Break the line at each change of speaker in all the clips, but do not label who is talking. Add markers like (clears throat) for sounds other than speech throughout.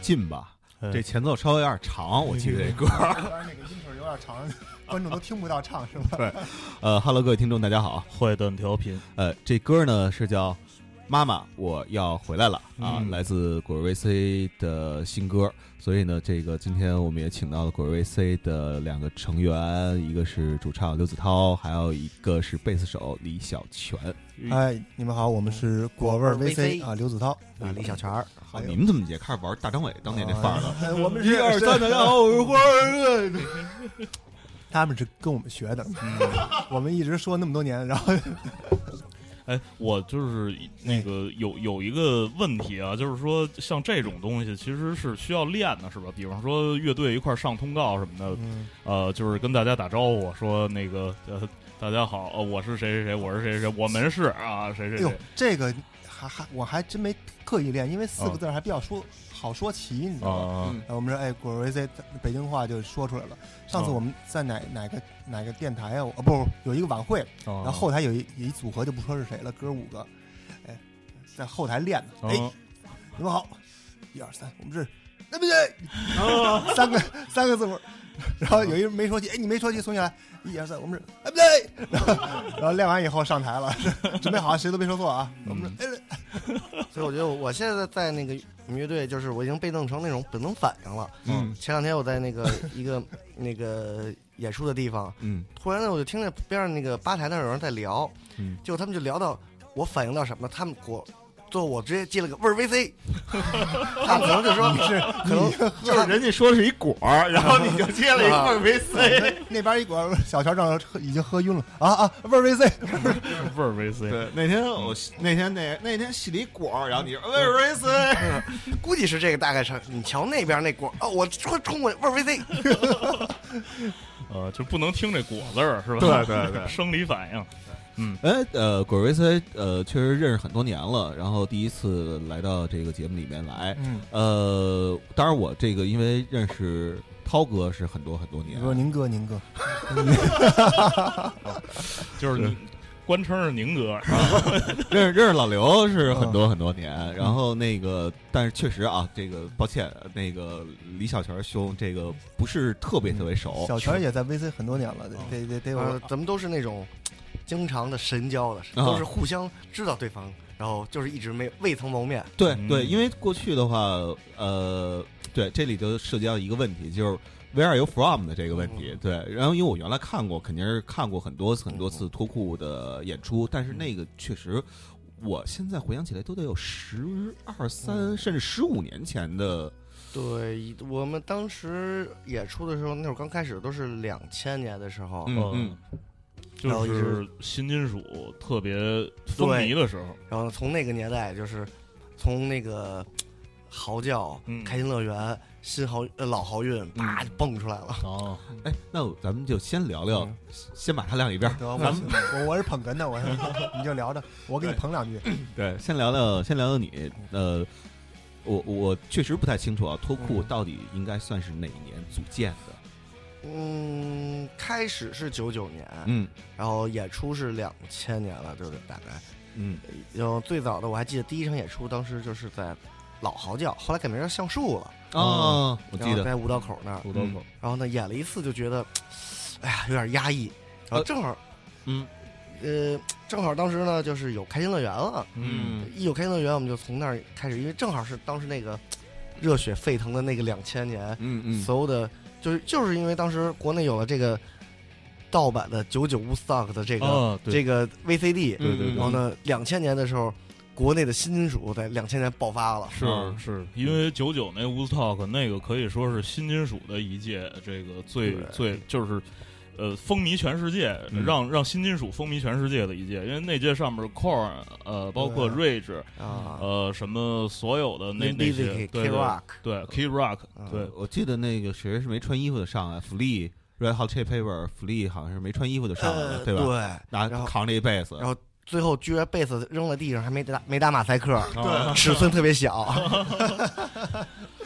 近吧。
嗯
这前奏稍微有点长，我记得这歌。 (laughs)
当然那个音程有点长， (laughs) 观众都听不到唱是吧？
呃哈喽，各位听众，大家好。
坏蛋调频，
呃，这歌呢是叫《妈妈，我要回来了》啊，
嗯
来自果儿 VC 的新歌。所以呢，这个今天我们也请到了果儿 VC 的两个成员，一个是主唱刘子涛，还有一个是贝斯手李小泉。
哎，你们好，我们是果味儿 VC 啊，刘子涛
啊，李小
哎
泉儿，
还有
你们怎么也开始玩大张伟当年那范儿了？
(laughs) 哎我
(laughs)
们
一
是
二三，大家好，我是花儿。
他们是跟我们学的，我们一直说那么多年，然后
哎，我就是那个有有一个问题啊，就是说像这种东西其实是需要练的，是吧？比方说乐队一块儿上通告什么的，
嗯
呃，就是跟大家打招呼说那个呃，大家好，呃我是谁谁谁，我是谁谁谁，我们是啊谁谁
哎呦
谁，，
这个还还我还真没刻意练，因为四个字儿还比较说好说齐，你知道吗？
啊
哎我们说，哎，果儿 VC 北京话就说出来了。上次
哦
我们在哪哪个哪个电台啊？我啊不，有一个晚会，
然
然后后台有一有一组合就不说是谁了，哥五个，哎，在后台练
啊
的。
哦
哎，你们好，一二三，我们是对不对？
哦
三个三个字母，然后有一人没说齐，哎，你没说齐，重新来，一二三，我们是对不对？然后然后练完以后上台了， (laughs) 准备好，谁都别说错啊。我们
嗯
是哎，
所以我觉得我我现在在那个你们乐队，就是我已经被弄成那种本能反应了。
嗯
前两天我在那 (laughs) 个一个那个演出的地方，
嗯
突然呢我就听见边上那个吧台那儿有人在聊，
嗯
结果他们就聊到我反应到什么，他们给我最后我直接接了个味儿 (laughs) VC，他们可能就说
(laughs)
是可能就是人
家说是一果儿，然后你就接了
一味
儿
啊
VC，
那边一管小乔正喝已经喝晕了啊啊，味儿 VC，
味儿 VC，
对，那天我那天那那天洗了一果儿，然后你说
嗯
哎瑞
(laughs)
斯，
嗯估计是这个大概是，你瞧那边那果哦，我冲冲我味儿 VC，
呃，就不能听这果字儿是吧？
对对对
(laughs) 生理反应，
哎，呃，果儿 VC 呃，确实认识很多年了，然后第一次来到这个节目里面来，
嗯，
呃，当然我这个因为认识涛哥是很多很多
你
年，
说您哥您哥，
就是你官称是宁哥，
认识认识老刘是
嗯
很多很多年，然后那个但是确实啊，这个抱歉，那个李小泉兄这个不是特别特别
哦
嗯
熟，
小乔也在 VC 很多年了，得得得
呃
有，
咱们都是那种经常的神交的，都是互相知道对方，然后就是一直没未曾谋面。
对
嗯
对，因为过去的话，呃，对，这里就涉及到一个问题，就是 Where are you from 的这个问题。对，然后因为我原来看过，肯定是看过很多次很多次脱裤的演出，但是那个确实，我现在回想起来都得有十二三甚至十五年前的。
对我们当时演出的时候，那会儿刚开始都是两千年的时候，
嗯嗯，
然后
呃就
一
是
直
新金属特别风靡的时候，
然后从那个年代就是从那个嚎叫、
嗯
开心乐园、新豪呃老豪运，啪就蹦出来了。
哦，
哎，那我咱们就先聊聊，
嗯
先把它晾一
(laughs)
边儿。
得我我我是捧哏的，我是 (laughs) 你就聊着，我给你捧两句。
对，先聊聊，先聊聊你。呃，我我确实不太清楚啊，脱裤到底应该算是哪一年组建的？
嗯，开始是九九年，
嗯
然后演出是两千年了，就是大概。
嗯。
然后最早的我还记得第一场演出，当时就是在老嚎叫，后来改名叫橡树了，
哦，我
然
记
后
得，
在五道口那儿。
土
豆
豆
口
口，
然后呢，演了一次就觉得，哎呀，有点压抑。
呃
然后正好，
嗯
呃，正好当时呢，就是有开心乐园了，
嗯
一有开心乐园，我们就从那儿开始，因为正好是当时那个热血沸腾的那个两千年，
嗯嗯，
所有的就是就是因为当时国内有了这个盗版的九九 Woodstock 的这个、
啊，对
这个 VCD，
哦对对对
然后呢，两千年的时候，国内的新金属在两千年爆发了。
是
嗯
是，因为九九那 Woodstock 那个可以说是新金属的一届，这个最
对
最就是。呃，风靡全世界，
嗯
让让新金属风靡全世界的一届，因为那届上面 Core，呃，包括
对
Rage，
啊，
呃，什么所有的那
Limp
那些
Bizkit，
对
K-Rock
对 K Rock，
嗯
对，
我记得那个谁是没穿衣服的上来，Flea Red Hot Chili Pepper Flea 好像是没穿衣服的上来
呃，
的，对吧？
嗯
拿
然后
扛着一被子，
然后最后居然贝斯扔在地上，还没打没打马赛克，
对
(laughs) 尺寸特别
(laughs)
小。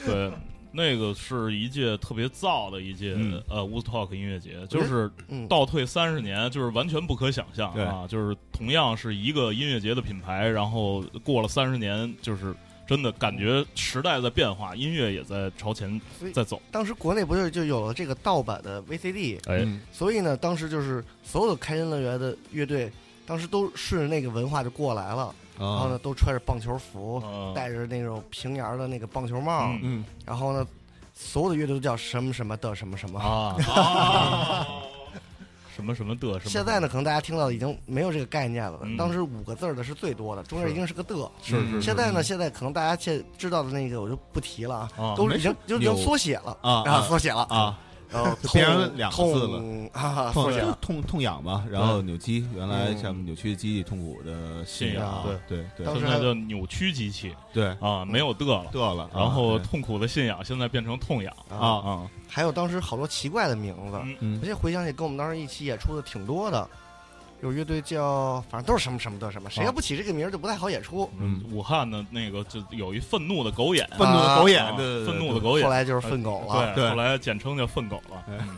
对，那个是一届特别燥的一届、
嗯
呃 Woodstock 音乐节，就是
嗯，
倒退三十年，就是完全不可想象
对
啊！就是同样是一个音乐节的品牌，然后过了三十年，就是真的感觉时代在变化，音乐也在朝前
所以
在走。
当时国内不就就有了这个盗版的 VCD，
哎，
嗯
所以呢，当时就是所有的开心乐园的乐队，当时都顺着那个文化就过来了，然后
啊
呢，都穿着棒球服，
嗯
戴着那种平沿儿的那个棒球帽，
嗯
嗯
然后呢，所有的乐队都叫什么什么的什么什么。
啊啊，什么什么的，什么
现在呢，可能大家听到的已经没有这个概念了。
嗯
当时五个字儿的是最多的，中间一定是个的。
是是是
现在呢，现在可能大家现知道的那个我就不提了啊，
啊
都
没
已经
事
就已
有
经缩写了 (laughs)
啊啊
缩写了，
啊，
然后
就变成
痛
两个字了
痛啊，
痛
缩写了。
痛痛痒吧，然后扭机，原来像扭曲的机器，痛苦的信仰，
信仰
对对
当
对
时
现在叫扭曲机器
对，
啊，没有的了。
得了，
然后
啊对
痛苦的信仰现在变成痛痒
啊
啊，
啊，
还有当时好多奇怪的名字，
嗯
嗯
而且回想起跟我们当时一起演出的挺多的，有乐队叫反正都是什么什么的什么，谁
啊
要不起这个名儿就不太好演出。
嗯
武汉的那个就有一愤怒的狗眼，
愤怒的狗
啊
眼，对
愤怒的
狗，呃
狗眼
后，来就是粪狗了，
对，
对
后来简称叫粪狗了。
哎
嗯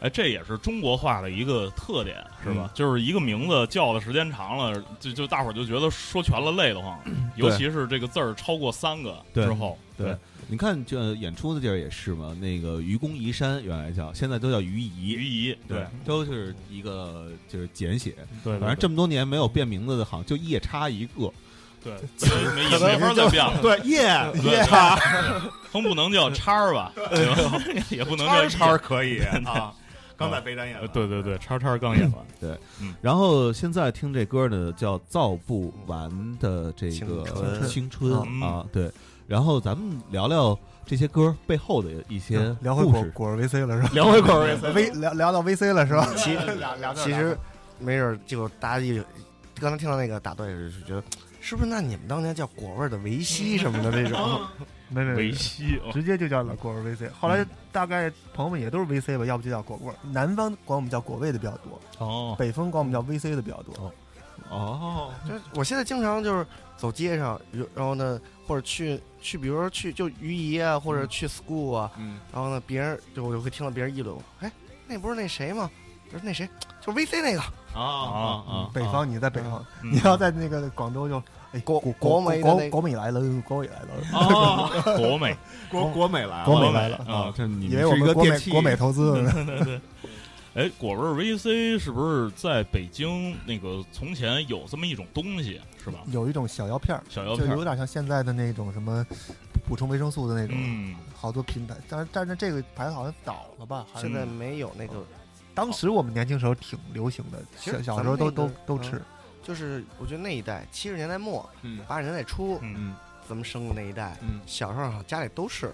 哎，这也是中国话的一个特点，是吧？就是一个名字叫的时间长了，就就大伙儿就觉得说全了累得慌，尤其是这个字儿超过三个之后，
对
对，
你看这演出的地儿也是嘛，那个愚公移山原来叫，现在都叫愚
余
夷，
仪，对，
都是一个就是简写，
对
反正这么多年没有变名字的，好像就夜叉一个，
对对没没法再变
(laughs)
了。
对夜
夜
叉，
哼，不能叫叉儿吧，对吧也不能叫
叉
儿
儿可以啊，刚在北展演
呃
完，
对对对，叉叉刚演完，
然后现在听这歌呢，叫《造不完的这个青
青
春》
嗯
啊，对。然后咱们聊聊这些歌背后的一些
啊聊回
故
果
事。
果儿 VC 了是吧？
(laughs)
聊回果儿
V 聊聊到 VC 了是吧？
其
(laughs) 俩俩字儿
其实没准儿就大家就刚才听到那个打断，就是觉得是不是？那你们当年叫果味儿的维 C 什么
(laughs)
的这
嗯
种，
没没
维
没，
西，哦
直接就叫了果味 VC。后来大概朋友们也都是 VC 吧，要不就叫果味儿。南方管我们叫果味的比较多，
哦
北方管我们叫 VC 的比较多。
哦，
就是我现在经常就是走街上，有然后呢，或者去去，比如说去就于姨啊，或者去 school 啊，
嗯，
然后呢，别人就我就会听到别人议论我，哎，那不是那谁吗？就是那谁，就是 VC 那个
啊啊啊！
北方你在北方，
嗯
嗯你要在那个广州就哎
国
国
国美
美
的那
国国美来了，国美来了，
哦，国美
国国美来了，
国美来了
啊！这你
以为
们
我
是一
们
个
国
电
美
器
国美投资呢。
哎，果味儿 VC 是不是在北京那个从前有这么一种东西是吧？
有一种小药片儿，
小药
就
片儿
有，点像现在的那种什么补充维生素的那种，
嗯，
好多品牌。但是但是这个牌子好像倒了吧？还是
现在没有那个，
当时我们年轻时候挺流行的，
其
小
实
小时候都
咱们那
都
个
都吃。
嗯
就是我觉得那一代七十年代末
嗯
八十年代初，
嗯
嗯
咱们生的那一代，
嗯
小时候好像家里都是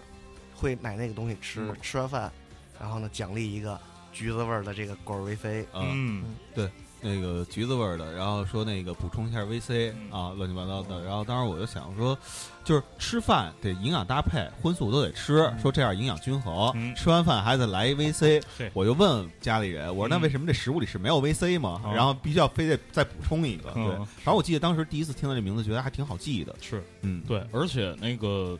会买那个东西吃，
嗯
吃完饭，然后呢奖励一个橘子味儿的这个果儿维 C，
啊，
嗯
那个橘子味儿的，然后说那个补充一下 VC
嗯
啊，乱七八糟的。然后当时我就想说，就是吃饭得营养搭配，荤素都得吃，说这样营养均衡
嗯。
吃完饭还得来一 VC，
对
我就问家里人，我说那
嗯
为什么这食物里是没有 VC 吗？
哦
然后必须要非得再补充一个。对，
嗯
反正我记得当时第一次听到这名字，觉得还挺好记的。
是
嗯，
对，而且那个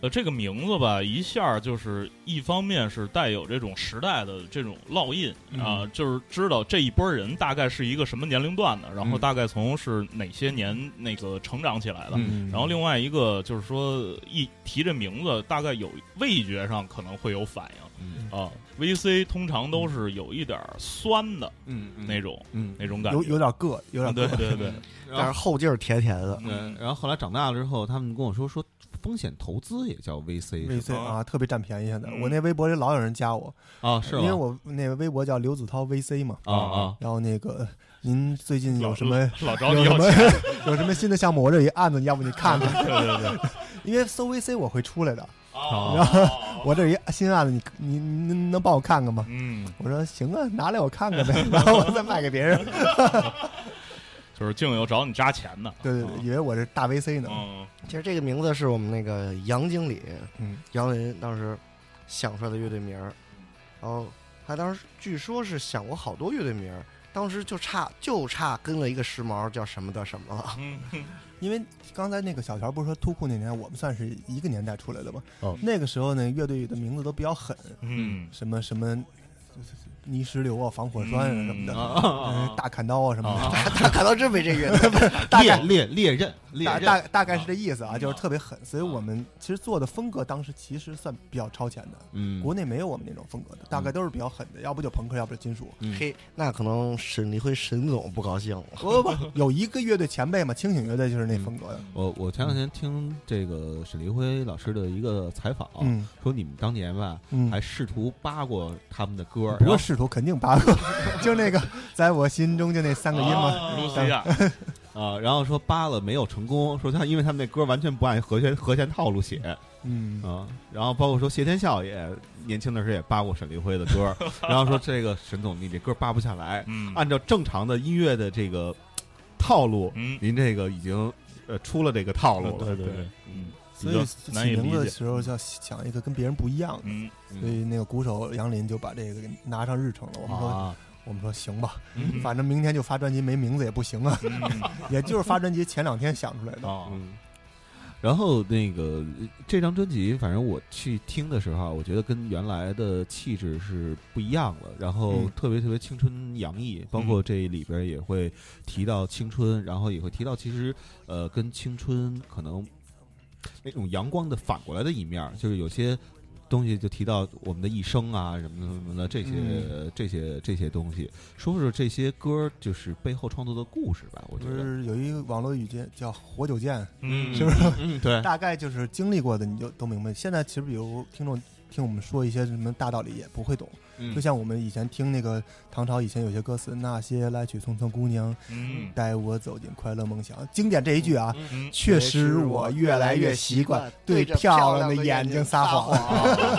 呃这个名字吧，一下就是一方面是带有这种时代的这种烙印啊、就是知道这一波人大概是一个什么年龄段的，然后
嗯
大概从是哪些年那个成长起来的。
嗯
然后另外一个就是说，一提这名字，大概有味觉上可能会有反应
嗯
啊。VC 通常都是有一点儿酸的
嗯
那种、
嗯
那种感觉，
有有点硌，有点
对
硌。
对对，
但
然
是
后
后劲儿甜甜的。
嗯，然后后来长大了之后，他们跟我说说风险投资也叫 VC 是吧
VC 啊，特别占便宜。现在
嗯
我那微博里老有人加我，
啊，是吗
因为我那个微博叫刘子涛 VC 嘛。
啊啊
然后那个您最近有什么
老找
有
你
什
要
么 (laughs)
钱？
有什么新的项目？我这有一案子，要不你看看？ (laughs)
对对对，
因为搜 VC 我会出来的。
啊
然后我这有一新案子，你你您能帮我看看吗？
嗯，
我说行啊，拿来我看看呗， (laughs) 然后我再卖给别人。 (laughs)
就是净有找你扎钱的。
对对对，以为我是大 VC 呢。
嗯，
其实这个名字是我们那个杨经理，
嗯，
杨林当时想出来的乐队名儿，然后他当时据说是想过好多乐队名儿，当时就差就差跟了一个时髦叫什么的什么了。
嗯
因为刚才那个小乔不是说突库那年我们算是一个年代出来的嘛？
哦
那个时候呢，乐队的名字都比较狠，
嗯
什么什么泥石流啊、防火栓啊什么的，
啊啊
呃
啊
大砍刀啊什么 (laughs) 的，
他他可能真没这乐，
大
猎
概
猎猎刃，猎嗯
大大
刃，
大概是这意思啊，就是
啊
特别狠。所以我们其实做的风格当时其实算比较超前的，
嗯，
国内没有我们那种风格的，大概都是比较狠的，要不就朋克，要不就金属。
(laughs) 嗯
(laughs) 嘿，那可能沈黎辉沈总不高兴了。
不哦不不，有一个乐队前辈嘛，清醒乐队就是
嗯
那风格的。
我我前两天听这个沈黎辉老师的一个采访，
嗯
说你们当年吧，
嗯，
哦还试图扒过他们的歌儿，
不
然后
过试图肯定八个，就那个在我心中就那三个音嘛。
露西亚，
啊、然后说扒了没有成功，说他因为他们那歌完全不按和弦和弦套路写啊、
嗯，
然后包括说谢天笑也年轻的时候也扒过沈黎辉的歌儿，
(laughs)
然后说这个沈总你这歌扒不下来，
嗯
啊
按照正常的音乐的这个套路，
嗯，
您这个已经呃出了这个套
呃
路了，
对对对，嗯，
所
比
以
较难
起
以理
名字的
解，
时候就要想一个跟别人不一样的。
嗯，
所
嗯
以那个鼓手杨林就把这个给拿上日程了。我们说，
啊，
我们说行吧，
嗯
反正明天就发专辑，没名字也不行啊。 (laughs) 也就是发专辑前两天想出来的。
啊，
嗯。然后那个呃这张专辑，反正我去听的时候啊，我觉得跟原来的气质是不一样了，然后
嗯
特别特别青春洋溢，包括这里边也会提到青春，然后也会提到其实呃跟青春可能那种阳光的反过来的一面儿，就是有些东西就提到我们的一生啊什么的什么的这些、这些这些东西，说说这些歌儿就是背后创作的故事吧，我觉
就
得，
是有一个网络语言叫“活久见
嗯，
是不是？
嗯，对”，
大概就是经历过的你就都明白。现在其实比如听众听我们说一些什么大道理也不会懂，
嗯
就像我们以前听那个唐朝以前有些歌词“那些来去匆匆姑娘，
嗯
带我走进快乐梦想”，经典这一句啊，
嗯，
确实我越来越习惯对漂亮的眼睛撒谎。
谎。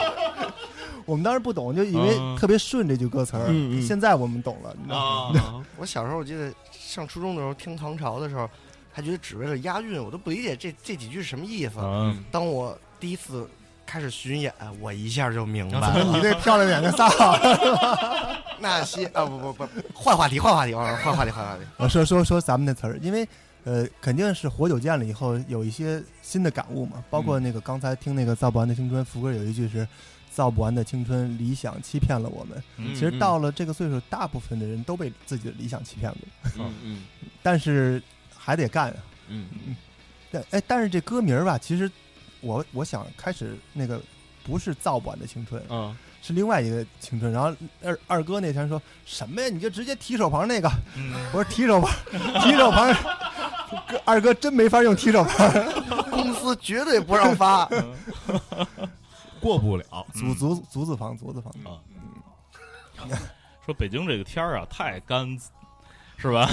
(laughs)
我们当时不懂，就以为
嗯
特别顺这句歌词儿。
嗯嗯
现在我们懂了，你知道吗？ (laughs)
啊，
我小时候我记得上初中的时候听唐朝的时候，还觉得只为了押韵，我都不理解这这几句是什么意思。
嗯，
当我第一次开始巡演，我一下就明白
说
了。
你对漂亮的眼睛撒谎。
那些啊不不不，换话题换话题换换话题换话题。
我说说说咱们的词儿，因为呃，肯定是活久见了以后有一些新的感悟嘛。包括那个刚才听那个造不完的青春，福哥有一句是“造不完的青春，理想欺骗了我们”。
嗯
其实到了这个岁数，大部分的人都被自己的理想欺骗了，
嗯嗯
但是还得干啊。
嗯
但哎，但是这歌名儿吧，其实我我想开始那个不是造不完的青春，
啊
是另外一个青春。然后二二哥那天说什么呀？你就直接提手旁那个。
嗯
我说提手旁，提手旁。哥二哥真没法用提手旁，
嗯
公司绝对不让发。
嗯
过不了
足足足字旁，足字旁。
嗯
啊，说北京这个天儿啊，太干，是吧？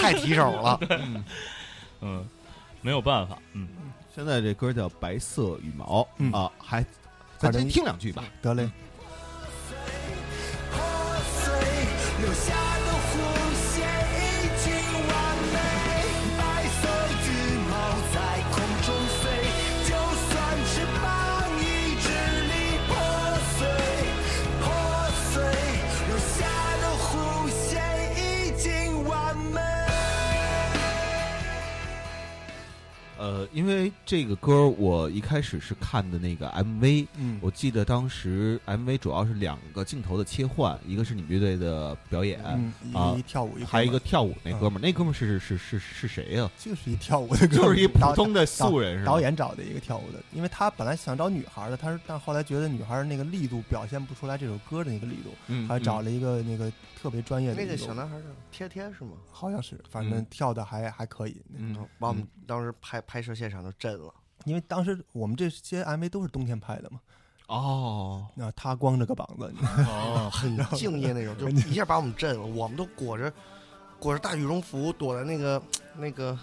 太提手了。
嗯，没有办法，嗯，
现在这歌叫《白色羽毛》
嗯
啊，还咱先听两句吧。
得嘞，
破碎，留下的弧线已经完美。白色羽毛在空中飞，就算翅膀已支离破碎，破碎，留下的弧线已经完美。
呃，因为这个歌我一开始是看的那个 MV，
嗯，
我记得当时 MV 主要是两个镜头的切换，一个是你们乐队的表演，
嗯
啊
一一跳舞，
还有一个
哥们
跳舞那哥们儿，那哥们儿是是是是谁呀？
儿就是一跳舞的哥
就
们儿，
是一普
导
通的素人，是吧
导演找的一个跳舞的，因为他本来想找女孩儿的，他是但后来觉得女孩儿那个力度表现不出来这首歌的那个力度，
嗯
还找了一个那个特别专业的
那
一
个
个
小男孩叫贴贴是吗？
好像是，反正
嗯
跳的还、还可以。
嗯
把我们当时拍拍摄现场都震了。
因为当时我们这些 MV 都是冬天拍的嘛，
哦，
那他光着个膀
(laughs)
子，
哦，
很敬业那种，就一下把我们震了。我们都裹着裹着大羽绒服，躲在那个那个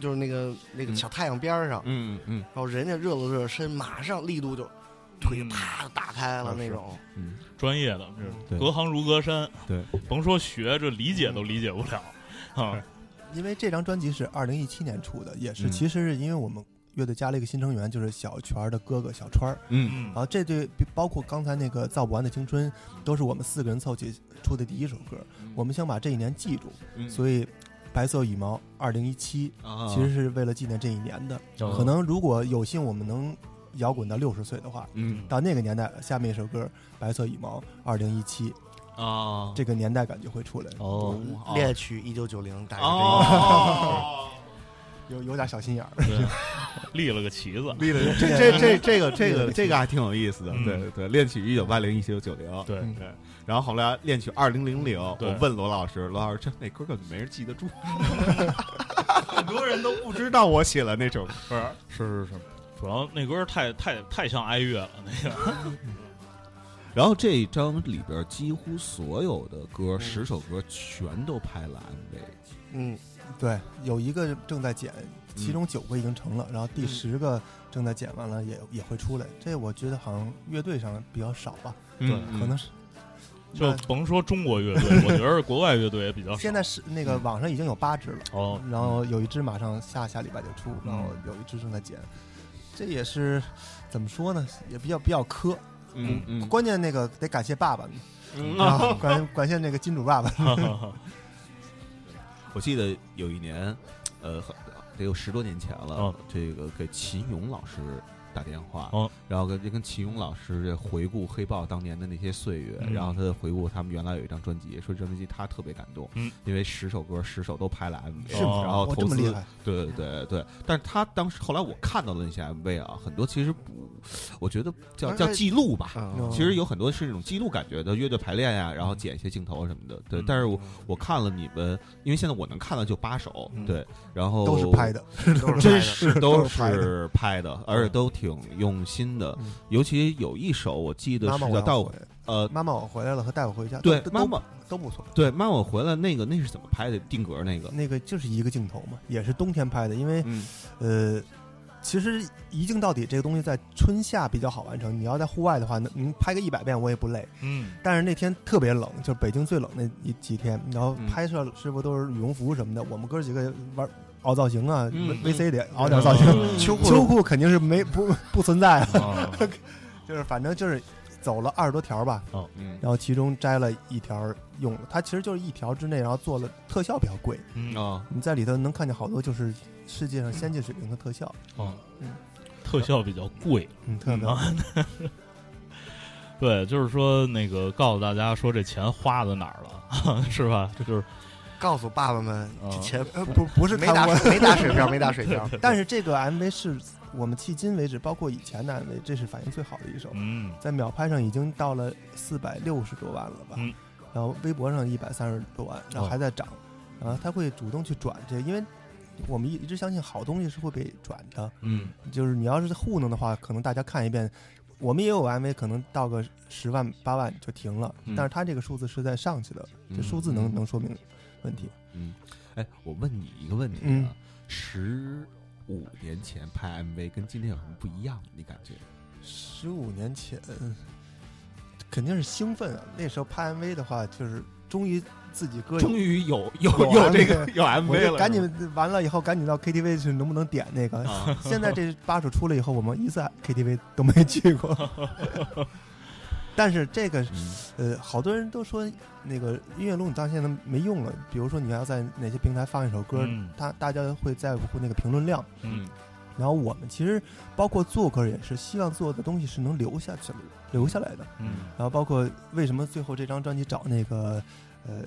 就是那个那个小太阳边儿上，
嗯嗯
然后人家热了热身，马上力度就腿啪打开了那种。
嗯，
专业的，这
嗯
对
隔行如隔山，
对，
甭说学，这理解都理解不了啊，
因为这张专辑是二零一七年出的，也是、
嗯
其实是因为我们乐队加了一个新成员，就是小泉儿的哥哥小川儿，
嗯
嗯
然，后这对包括刚才那个造不完的青春，都是我们四个人凑齐出的第一首歌，我们想把这一年记住，
嗯，
所以《白色羽毛》二零一七
以啊，
其实是为了纪念这一年的。
哦
可能如果有幸我们能摇滚到六十岁的话，
嗯
到那个年代，下面一首歌《白色羽毛》，二零一七，
啊，
这个年代感就会出来了，
哦
嗯
猎曲一九九零，
哦
大概这个。
哦，
有有点小心眼儿。
(laughs) 对，立了个旗子，
嗯
立了这这
这
这这个这
个
个这个还挺有意思的，
嗯
对对，恋曲一九八零一九九零，
对
嗯
对，然后后来恋曲二零零零，
对
我问罗老师，罗老师这那歌根本没人记得
(laughs)
住，很多人都不知道我写了那首歌，
是是是，主要那歌太太太像哀乐了，
嗯
那个
然后这一张里边几乎所有的
嗯
歌，十首歌全都拍了 MV，
嗯，
对，有一个正在剪，
嗯
其中九个已经成了，然后第十个正在剪完了也，也会出来。这我觉得好像乐队上比较少吧，
对
可能是
嗯就甭说中国乐
(laughs)
队，我觉得国外乐队也比较少嗯
现在是那个网上已经有八支了，
哦，嗯
然后有一支马上下下礼拜就出，然后有一支正在剪。这也是怎么说呢，也比较比较磕。
嗯嗯
关键那个得感谢爸爸，
嗯
然
(laughs)
后感感谢那个金主爸爸。
我记得有一年，呃，很得有十多年前了，
哦
这个给秦勇老师打电话，
哦
然后跟跟秦勇老师这回顾黑豹当年的那些岁月，
嗯
然后他回顾他们原来有一张专辑，说这张专辑他特别感动，
嗯
因为十首歌十首都拍了 MV，
是吗
然后
哇，
哦投
哦这么
资
厉害！
对对对对，但是他当时后来我看到了那些 MV 啊，很多其实不，我觉得叫
而
叫
且
记录吧。
嗯
其实有很多是那种记录感觉的乐队排练呀、然后剪一些镜头什么的。
嗯
对，但是我我看了你们，因为现在我能看到就八首，
嗯
对，然后
都是
(laughs)
拍
的，
的，
都是
哦
拍
真
(laughs)
的
是
都
都
是拍的
是拍的，而且都挺用心的
嗯。
尤其有一首我记得
妈
是
妈
叫
我
《带
要
我
回来，
呃
妈妈我回来了和带我回家，
对
都
妈
都
妈
都不错。
对妈妈我回来》那个那是怎么拍的？定格那个，
那个就是一个镜头嘛，也是冬天拍的，因为
嗯
呃，其实一镜到底这个东西在春夏比较好完成。你要在户外的话，能能拍个一百遍我也不累。
嗯
但是那天特别冷，就是北京最冷那一几天，然后
嗯
拍摄师傅都是羽绒服什么的，我们哥几个玩熬造型啊、
嗯
v c 得熬点造型，
秋裤
秋裤肯定是没不不存在啊，
啊
就是反正就是走了二十多条吧，
嗯
然后其中摘了一条用了，它其实就是一条之内，然后做了特效比较贵。 (laughs)
嗯
啊，
你在里头能看见好多就是世界上先进水平的特效，
哦，特效比较贵，
嗯，特别好。
对，就是说那个告诉大家说这钱花在哪儿了， (laughs) 是吧？就是
告诉爸爸们，
嗯
这钱
呃，不不是
没
看
打
过，
没打水漂，没打水漂。
但是这个 MV 是我们迄今为止，包括以前的 MV，这是反应最好的一首，
嗯
在秒拍上已经到了四百六十多万了吧，
嗯
然后微博上一百三十多万，然后还在涨，然后他会主动去转这，因为我们一一直相信好东西是会被转的，
嗯
就是你要是糊弄的话，可能大家看一遍，我们也有 MV，可能到个十万八万就停了，
嗯
但是它这个数字是在上去的，这数字能能说明问题。
嗯，哎，我问你一个问题
嗯
啊，十五年前拍 MV 跟今天有什么不一样？你感觉？
十五年前肯定是兴奋啊，那时候拍 MV 的话，就是终于自己歌有
终于有有
有
有这
(laughs)
个有
我
MV
就
了，
赶
是
紧完了以后，赶紧到 KTV 去，能不能点那个？
吧
现在这八首出了以后，我们一次 KTV 都没去过。
(laughs)
但是这个
嗯
呃，好多人都说那个音乐录你到现在没用了。比如说你要在哪些平台放一首歌，
嗯
大大家会在乎那个评论量。
嗯
然后我们其实包括做歌也是希望做的东西是能留下去的，留下来的。
嗯
然后包括为什么最后这张专辑找那个呃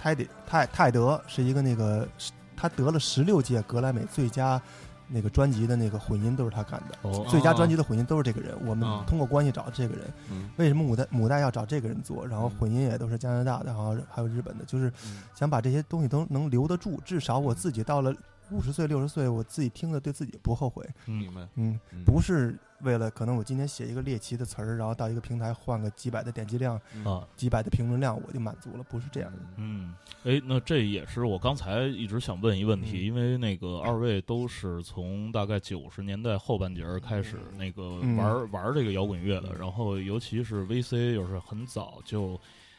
泰迪泰泰德是一个那个他得了十六届格莱美最佳那个专辑的那个混音都是他干的，
哦
最佳专辑的混音都是这个人。我们
啊
通过关系找这个人，
嗯
为什么母带母带要找这个人做？然后混音也都是加拿大的，然后还有日本的，就是
嗯
想把这些东西都能留得住。至少我自己到了五十岁、六十岁，我自己听了对自己不后悔。
明白
嗯，
嗯
不是为了可能我今天写一个猎奇的词儿，然后到一个平台换个几百的点击量、
啊
几百的评论量，我就满足了，不是这样的。
嗯，哎，那这也是我刚才一直想问一问题，
嗯
因为那个二位都是从大概九十年代后半截儿开始那个
嗯
玩、玩这个摇滚乐的，然后尤其是 VC 又是很早就。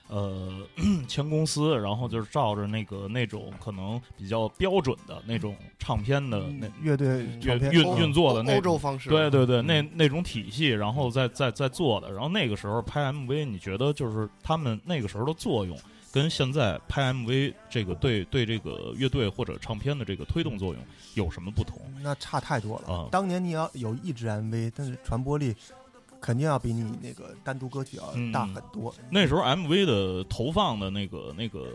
呃， (clears throat) 签公司，然后就是照着那个那种可能比较标准的那种唱片的呃那
嗯乐队哦唱片
运
欧
运作的那
欧
种
洲方式，
对对对，那那种体系，然后再再再做的，然后那个时候拍 MV，你觉得就是他们那个时候的作用，跟现在拍 MV 这个对对这个乐队或者唱片的这个推动作用有什么不同？
那差太多了。
啊
当年你要有一支 MV，但是传播力肯定要比你那个单独歌曲要
嗯
大很多，
那时候 MV 的投放的那个那个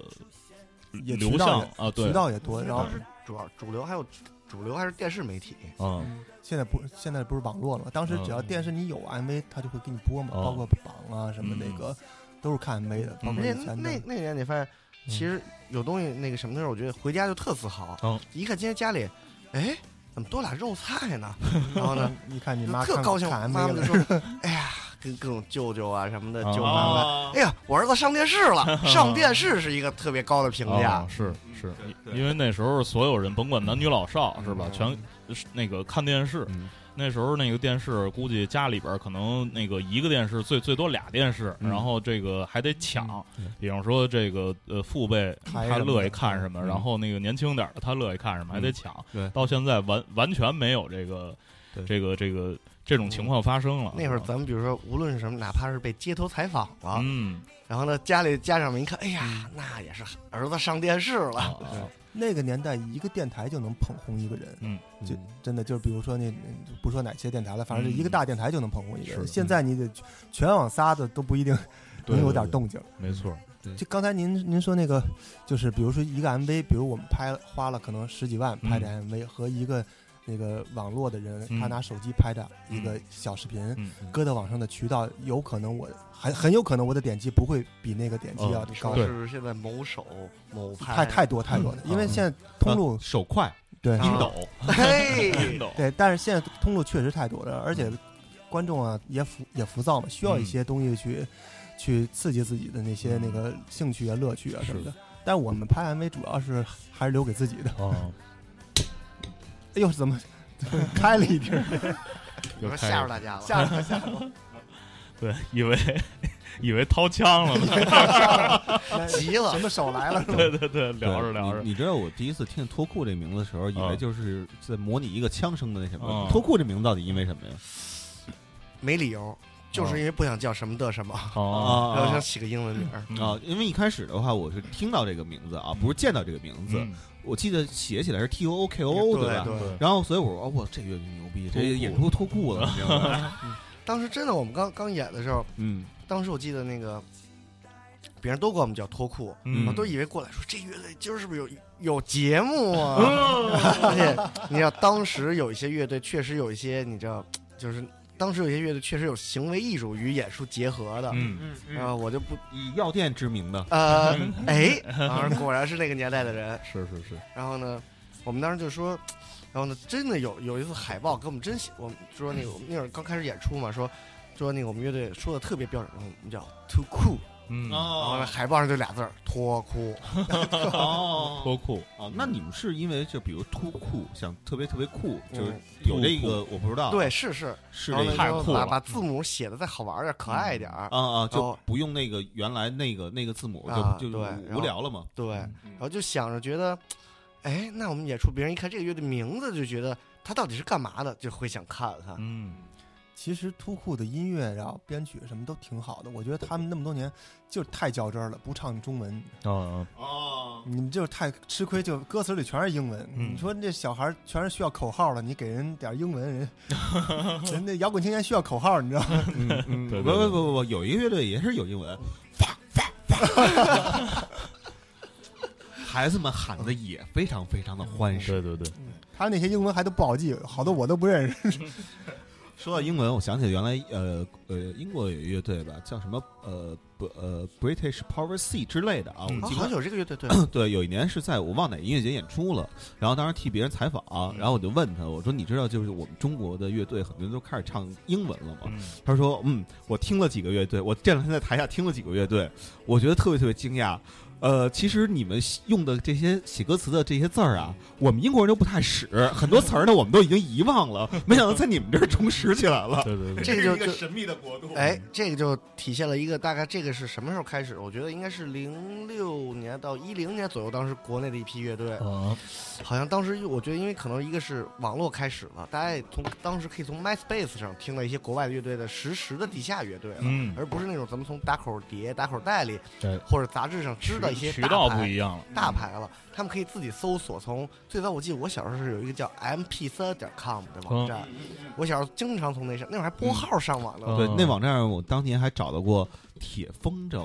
也
流
渠道
向
也
啊，对
渠，道也多。然后
当时主要主流还有主流还是电视媒体，
嗯
现在不现在不是网络了嘛，当时只要
嗯
电视你有 MV，它就会给你播嘛，
哦
包括榜啊什么那个都是看 MV 的，包括
嗯
以
那
前的
那那年你发现，
嗯
其实有东西那个什么的时候，我觉得回家就特自豪。
嗯
一看今天家里，哎，怎么多俩肉
(laughs)
菜呢？然后呢，
你看你
就
妈
特
看
高兴，我
看
妈
MV
妈就
了，
说：“哎呀，跟各种舅舅啊什么的
哦
舅妈们，
啊
哎呀，我儿子上电视
(laughs)
了，上电视是一个特别高的评价
哦
啊，。是是，
对
因为那时候所有人甭管男女老少是吧，
嗯
全是那个看电视。
嗯
那时候那个电视估计家里边可能那个一个电视最最多俩电视，
嗯
然后这个还得抢
嗯对，
比方说这个呃父辈
台
他
什么
乐
的
意看什么，
嗯
然后那个年轻点儿的他乐意看什么，还得
嗯
抢。
对
到现在完完全没有这个
对
这个这个这种情况发生了。
那会儿啊
是吧
咱们比如说，无论是什么，哪怕是被街头采访了，
嗯
然后呢，家里家长们一看，哎
嗯
呀，那也是儿子上电视
啊
哦
了，
啊
那个年代一个电台就能捧红一个人，就
嗯
真的就是比如说那嗯不说哪些电台了，反正
嗯
是一个大电台就能捧红一个人。
是
现在你得全网撒的都不一定
对
能
对
有点
对
动静。
没错，
就刚才您您说那个，就是比如说一个 MV，比如我们拍了花了可能十几万拍的 MV，、和一个那个网络的人、
嗯
他拿手机拍的一个小视频，
嗯
搁到网上的渠道，有可能我很很有可能我的点击不会比那个点击要高。
说是现在某手某拍
太太多太多了，因为现在通路、
啊手快，
对
啊
印斗
嘿，
印斗，
对，但是现在通路确实太多了，而且观众啊也浮也浮躁嘛，需要一些东西去、去刺激自己的那些那个兴趣啊、乐趣啊什么的。但我们拍 MV 主要是还是留给自己的。
哦，
哎呦，怎么开了一瓶？
我说吓着大家了，
吓死我吓死
对，以为以为掏枪了
(laughs)
呢，
我！ (laughs)
急了
什么手来了？是吧
对对对，
对
聊着聊着，
你你知道我第一次听脱裤这名字的时候，以
啊
为就是在模拟一个枪声的那什么
啊。
脱裤这名字到底因为什么呀？
没理由，就是因为不想叫什么的什么，
哦，嗯
然后想
啊
起个英文名儿。
啊！因为一开始的话，我是听到这个名字啊，不是见到这个名字。
嗯
我记得写起来是 T O O K O O，吧？哦
对
对
然后所以我说，哦，哇，这乐队牛逼，这
脱裤
演出脱裤子了，你知道
(laughs)
吗
当时真的，我们刚刚演的时候，
嗯，
当时我记得那个别人都管我们叫脱裤，
嗯
我都以为过来说这乐队今儿是不是有有节目啊？ (laughs) 而且你知道，当时有一些乐队确实有一些，你知道，就是当时有一些乐队确实有行为艺术与演出结合的。
嗯
然后我就不
以药店知名的，
呃，
(laughs)
哎，当时果然是那个年代的人。
是是是，
然后呢，我们当时就说，然后呢，真的有有一次海报给我们真写，我们说那个我们那会儿刚开始演出嘛，说说那个我们乐队说的特别标准，我们叫 too cool，
嗯，
然后呢
哦
海报上就俩字儿脱裤，
哦
脱 (laughs) 裤，
哦，那你们是因为就比如脱裤，想特别特别酷，就是
嗯
有这个我不知道，啊
对，是是，
是
然
这个
后呢
太
就
酷
把
了嗯
把字母写的再好玩儿点儿，可爱一点儿，
啊啊，就
哦
不用那个原来那个那个字母，
啊
就就
对然后
无聊了嘛。
对，然后就想着觉得，哎，那我们演出，别人一看这个乐队名字就觉得他到底是干嘛的，就会想看看。
嗯
其实突酷的音乐然后编曲什么都挺好的，我觉得他们那么多年就是太较真儿了，不唱中文，
啊， (laughs)
哦，
你们就是太吃亏，就歌词里全是英文。
嗯
你说这小孩儿全是需要口号了，你给人点英文，人人家摇滚青年需要口号，你知道吗？
嗯嗯
对
不
对对
不不不不，有一个乐队也是有英文， (laughs) 孩子们喊的也非常非常的欢实。
对对对，
他那些英文还都不好记，好多我都不认
(laughs)
识。
说到英文，我想起原来呃呃英国有一乐队吧，叫什么呃不呃 British Power C 之类的啊，
嗯
我
啊，
记
好
得
像有这个乐队，对，
对，有一年是在我忘哪音乐节演出了，然后当时替别人采访、
嗯
然后我就问他，我说你知道就是我们中国的乐队很多人都开始唱英文了吗？
嗯
他说：“嗯，我听了几个乐队，我这两天在台下听了几个乐队，我觉得特别特别惊讶。呃，其实你们用的这些写歌词的这些字儿啊，我们英国人都不太使，很多词儿呢我们都已经遗忘 (laughs) 了，没想到在你们这儿重拾起
(laughs)
来了。
对对对，
这个
是
就
一个
就
神秘的国
嗯
度，
哎，这个就体现了一个大概这个是什么时候开始？我觉得应该是零六年到一零年左右，当时国内的一批乐队，
啊，
好像当时我觉得，因为可能一个是网络开始了，大家也从当时可以从 MySpace 上听到一些国外的乐队的实时的地下乐队了。
嗯
而不是那种咱们从打口碟、打口袋里
对
或者杂志上知到一些
渠
大
道
牌
不一样了。
大牌了，他们可以自己搜索。从最早我记得我小时候是有一个叫 mp 三点 com 的网站，我小时候经常从那上，那会儿还拨号上网呢。
嗯
对，那网站我当年还找到过铁风筝，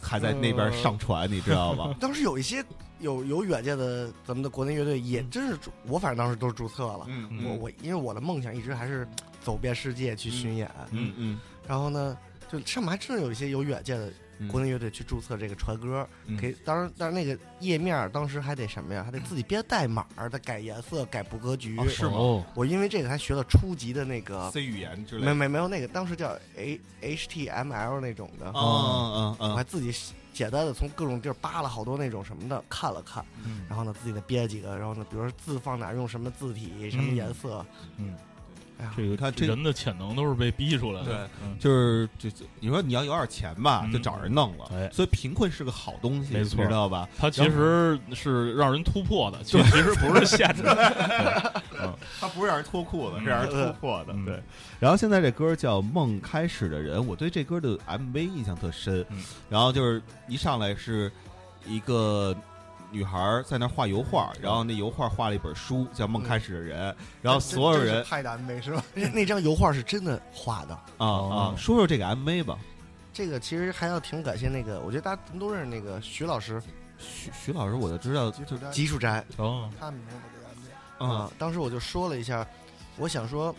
还在那边上传，你知道吗？
当时有一些有有远见的咱们的国内乐队
嗯
也真是注，我反正当时都是注册了。
嗯
嗯
我我因为我的梦想一直还是走遍世界去巡演，
嗯嗯，
然后呢，就上面还真的有一些有远见的
嗯
国内乐队去注册这个传歌，
嗯
可以。当然，但是那个页面儿当时还得什么呀？还得自己编代码儿，再改颜色、改布格局。
是吗
哦
我因为这个还学了初级的那个
？C 语言之类
没
的。
没没有那个，当时叫 H H T M L 那种的，
嗯嗯
啊
我
嗯
还自己简单的从各种地儿扒了好多那种什么的看了看，
嗯
然后呢自己再编几个，然后呢比如说字放哪儿用什么字体什么
嗯
颜色，
嗯，
哎呀，
这个
他这
人的潜能都是被逼出来
嗯，
的。
对，
嗯
就是就就你说你要有点钱吧，
嗯
就找人弄了。
哎
所以贫困是个好东西，
没错
你知道吧？
它其实是让人突破的，其实其实不是限制的。
他不是让人脱裤子
嗯
让人突破的
嗯
对，然后现在这歌叫《梦开始的人》，我对这歌的 MV 印象特深。
嗯
然后就是一上来是一个女孩在那画油画，然后那油画画了一本书叫《梦开始的人》，然后所有人
太难为是吧？
那那张油画是真的画的。
啊啊，说说这个 MV 吧。
这个其实还要挺感谢那个，我觉得大家都认识那个徐老师，
徐徐老师，我就知
呃
道，
基
就
础站
吉树斋
哦，
他们没有这样子，
嗯
啊。当时我就说了一下，我想说，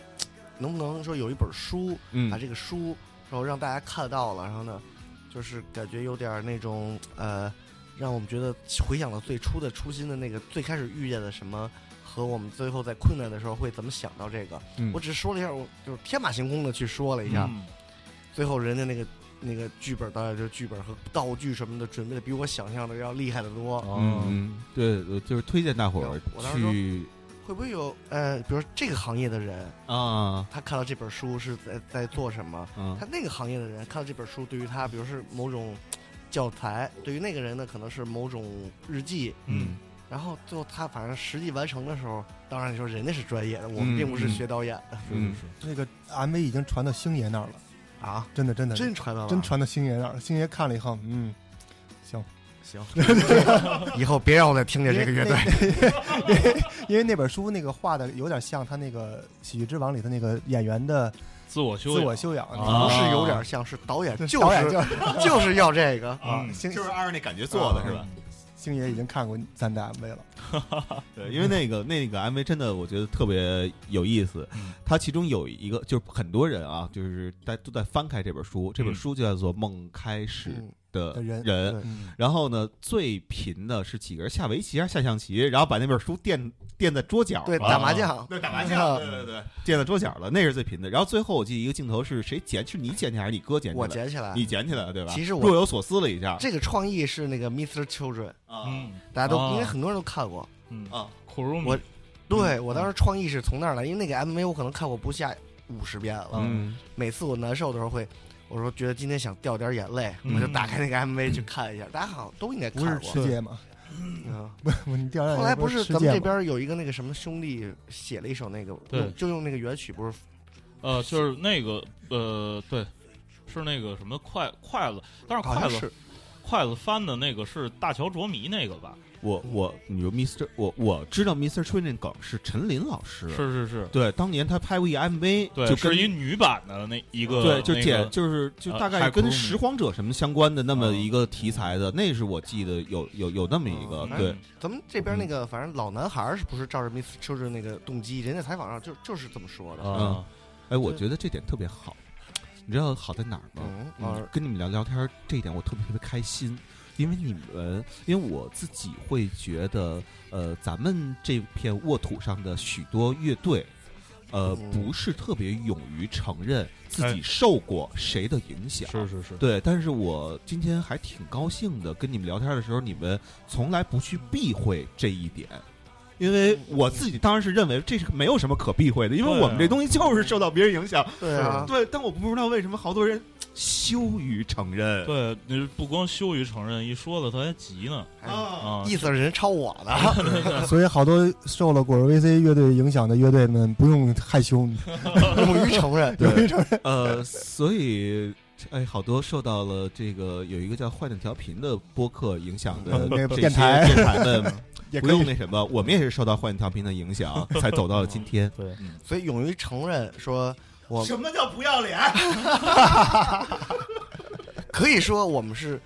能不能说有一本书，把
嗯
这个书，然后让大家看到了，然后呢，就是感觉有点儿那种呃，让我们觉得回想到最初的初心的那个最开始遇见的什么，和我们最后在困难的时候会怎么想到这个。
嗯
我只是说了一下，我就是天马行空的去说了一下，
嗯
最后人家那个那个剧本导演就剧本和道具什么的准备的比我想象的要厉害得多。
嗯
哦，
嗯，对，我就是推荐大伙儿
我当时说
去
会不会有呃，比如说这个行业的人，
啊
他看到这本书是在在做什么？
嗯
他那个行业的人看到这本书，对于他，比如是某种教材，对于那个人呢，可能是某种日记。
嗯
然后最后他反正实际完成的时候，当然你说人家是专业的，我
嗯
们并不是
嗯
学导演的、
是是是，
那个 MV 已经传到星爷那儿了，
啊，
真的真的
真传到了，
真传到星爷那儿了。星爷看了以后，嗯，行，
行。 (laughs) 以后别让我再听见这个乐队。
因为 (laughs) 那本书那个画的有点像他那个《喜剧之王》里的那个演员的
自我修
自
养
我修养，
啊
不是有点像是导演，就
导演
是
就
(laughs) 就是要这个。
啊，
嗯
星
就是按照那感觉做的是
嗯
吧？
星爷已经看过咱的 MV 了，
对，因为那个那个 MV 真的，我觉得特别有意思。
嗯
它其中有一个，就是很多人啊，就是大家都在翻开这本书，这本
嗯
书就叫做《梦开始
嗯
的
的人
人》。
对嗯
然后呢，最贫的是几个人下围棋还是下象棋，然后把那本书垫垫在桌角，
对，嗯
了，
打麻将，
对打麻将，对对对，垫在桌角了，那是最贫的。然后最后我记得一个镜头是谁捡，是你捡起来还是你哥捡起来？
我捡起来
你。捡起来了对吧？
其实我
若有所思了一下，
这个创意是那个 Mr. Children，
啊
嗯
大家都、
哦
应该很多人都看过。
嗯
啊，
苦如米
我对我当时创意是从那儿来，因为那个 MV 我可能看过不下五十遍了。
嗯
每次我难受的时候会，我说觉得今天想掉点眼泪，
嗯
我就打开那个 MV 去看一下。大家好像都应该看
不是
过。
吃街吗？
嗯
不， (laughs) 你掉下
后来不
是
是
吃
咱们
芥
这
末
边有一个那个什么兄弟写了一首那个，
对
用就用那个原曲，不是
呃，就是那个呃，对，是那个什么筷筷子，但是
好
筷
像
子
是
筷子翻的那个是大乔卓迷那个吧？
我我，你说 Mr. 我我知道 Mr. Train 这梗是陈琳老师，
是是是，
对，当年他拍过一个 MV，
对，
就是跟
一女版的那一个，
对，就
那
解
个
就是就
呃
大概
太
跟
空
拾荒者什么相关的那么
啊
一个题材的，那是我记得有有有那么一个
哦，
那
对，
咱们这边那个，反正老男孩儿是不是照着 Miss Children 那个动机？人家采访上就就是这么说的。
啊，
哎，我觉得这点特别好，你知道好在哪儿吗？
嗯，
嗯
啊，
跟你们聊聊天儿这一点我特别特别开心，因为你们，因为我自己会觉得，呃，咱们这片沃土上的许多乐队，呃，
嗯
不是特别勇于承认自己
哎
受过谁的影响。
是是是，
对，但是我今天还挺高兴的，跟你们聊天的时候，你们从来不去避讳这一点，因为我自己当然是认为这是没有什么可避讳的，因为
嗯对啊
我们这东西就是受到别人影响，
对啊，
对，但我不知道为什么好多人羞于承认。
对，你不光羞于承认，一说了他还急呢
哎
啊，
意思是人抄我的。 (laughs)
(laughs)
所以好多受了果儿 VC 乐队影响的
(laughs)
乐队们不用害羞，
勇于承认，
啊对，呃，所以哎，好多受到了这个有一个叫“坏蛋调频”的播客影响的
嗯那个
这些
电台
电台们，
(laughs) 也
不
可
用
以
那什么，我们也是受到“坏蛋调频”的影
(laughs)
响，才走到了今 (laughs) 天。
对，
嗯
所以勇于承认说，我
什么叫不要脸？
可以说我们是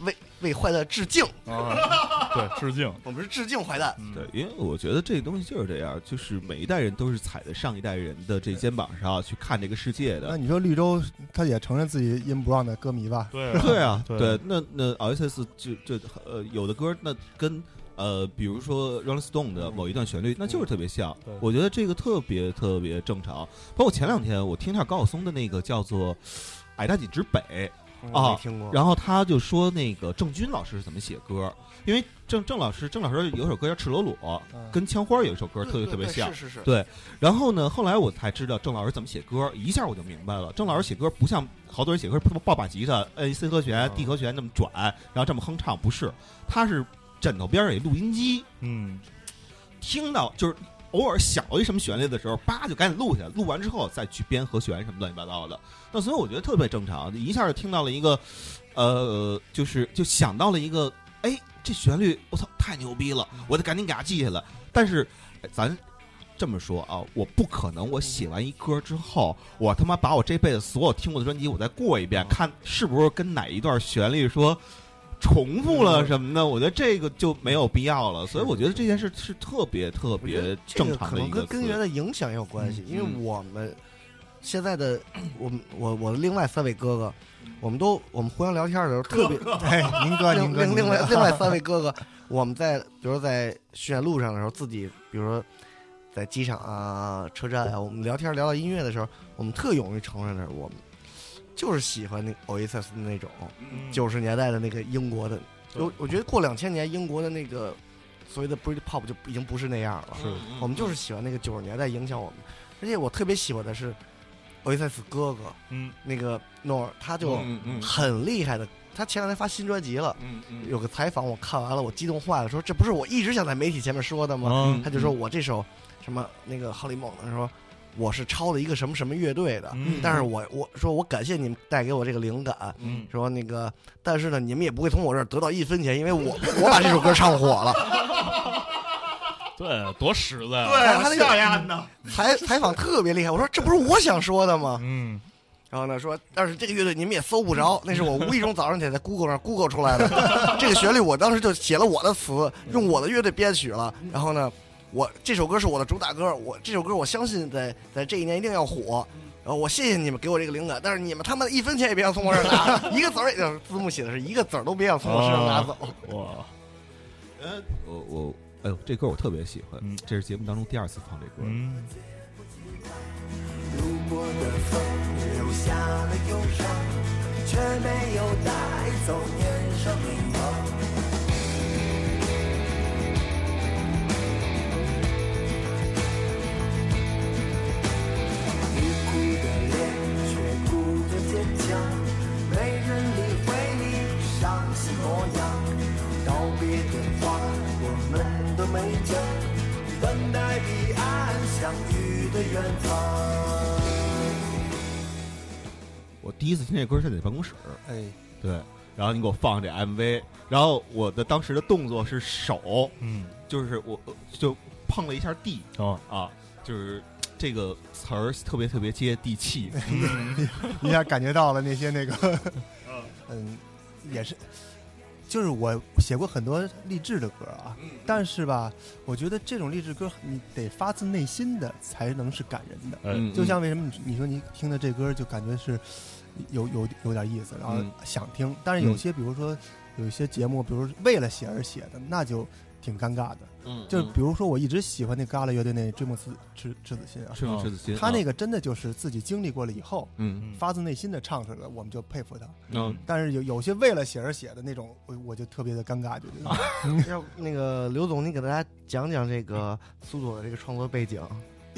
为为坏蛋致敬，
啊，对，致敬。
我们是致敬坏蛋。
嗯
对，，因为我觉得这东西就是这样，就是每一代人都是踩在上一代人的这肩膀上去看这个世界
那
的。
你说绿洲他也承认自己音不让的歌迷吧？
(laughs)
对
对啊，
对
对，那那 Oasis 就就呃有的歌那跟呃比如说 Rolling Stone 的某一段旋律，那
嗯
就是特别像
对。
我觉得这个特别特别正常。包括前两天我听一下高晓松的那个叫做《矮大紧之北》，啊
嗯没听过，
然后他就说那个郑钧老师是怎么写歌，因为郑郑老师郑老师有首歌叫《赤裸裸》，
嗯
跟枪花有一首歌
对
特别
对
特别
对
像。
是是是，
对，然后呢，后来我才知道郑老师怎么写歌，一下我就明白了。郑老师写歌不像好多人写歌，他妈抱把吉他，摁 C 和弦、D 和弦那么转，然后这么哼唱，不是，他是枕头边儿有一录音机，
嗯，
听到就是偶尔想到一什么旋律的时候，叭就赶紧录下来，录完之后再去编和弦什么乱七八糟的。那所以我觉得特别正常，一下就听到了一个，呃，就是就想到了一个，哎，这旋律我操太牛逼了，我得赶紧给它记下来。但是哎咱。这么说啊，我不可能，我写完一歌之后，我他妈把我这辈子所有听过的专辑，我再过一遍，看是不是跟哪一段旋律说重复了什么的，我觉得这个就没有必要了。所以我觉得这件事是特别特
我觉
别
得这
正
个
常
可
的一
能
个
跟
词嗯
根源的影响也有关系，因为我们现在的我们我我另外三位哥哥，我们都我们互相聊天的时候特别
哎，宁哥，宁
另
哥，
另
宁
另外
哥，
(laughs)
另外三位哥哥，我们在比如说在巡演路上的时候，自己比如说在机场啊、车站啊，我们聊天聊到音乐的时候，我们特勇于承认的是，我们就是喜欢那 Oasis 的那种
嗯
九十年代的那个英国的，
对
我我觉得过两千年英国的那个所谓的 Britpop 就已经不是那样了，
是
我们就是喜欢那个九十年代影响我们，而且我特别喜欢的是 Oasis 哥哥
嗯
那个诺尔，他就
嗯嗯
很厉害的，他前两天发新专辑了。
嗯嗯，
有个采访，我看完了，我激动坏了，说这不是我一直想在媒体前面说的吗？
嗯
他就说我这首什么那个《哈利梦》，他说我是抄的一个什么什么乐队
啊
的，
嗯
但是我我说我感谢你们带给我这个灵感，
嗯
说那个但是呢你们也不会从我这儿得到一分钱，因为我 (laughs) 我把这首歌唱火了。
对，多实在啊。
哎他那
对，
个
下呀呢？
啊
采采访特别厉害，我说这不是我想说的吗？
嗯，
然后呢说但是这个乐队你们也搜不着，那是我无意中早上起来在 Google 上 Google 出来的，这个旋律我当时就写了我的词，用我的乐队编曲了，然后呢。我这首歌是我的主打歌，我这首歌我相信在在这一年一定要火。然后我谢谢你们给我这个灵感，但是你们他妈的一分钱也别想从我这儿拿，一个子儿也就是字幕写的是一个子儿都别想从我身上拿走。
哇，
呃，我我哎呦，这歌我特别喜欢
嗯，
这是节目当中第二次放这歌。
嗯，
路过的风留下了忧伤，却没有带走年少轻狂。你哭的脸却哭着坚强，没人理会你伤心模样。道别的话我们都没讲，等待彼岸相遇的远方。
我第一次听这歌是在办公室，
哎，
对，然后你给我放这 MV，然后我的当时的动作是手，
嗯，
就是我就碰了一下地
哦，
啊，就是这个词儿特别特别接地气。
一下感觉到了那些那个， (laughs) 嗯，也是，就是我写过很多励志的歌啊，
嗯
但是吧，我觉得这种励志歌你得发自内心的才能是感人的。
哎，
嗯
就像为什么你你说你听的这歌就感觉是有有有点意思，然后
嗯
想听，但是有些比如说有一些节目，比如说为了写而写的，那就挺尴尬的。
嗯
就是比如说我一直喜欢那旮旯乐队那追梦之之之子心啊，
赤木赤子心，
他那
个
个真的就是自己经历过了以后，
嗯
发自内心的唱出来，我们就佩服他。
嗯
但是有有些为了写而写的那种，我我就特别的尴尬，就觉得、
(laughs) 要那个刘总，你给大家讲讲这个苏朵的这个创作背景。
哎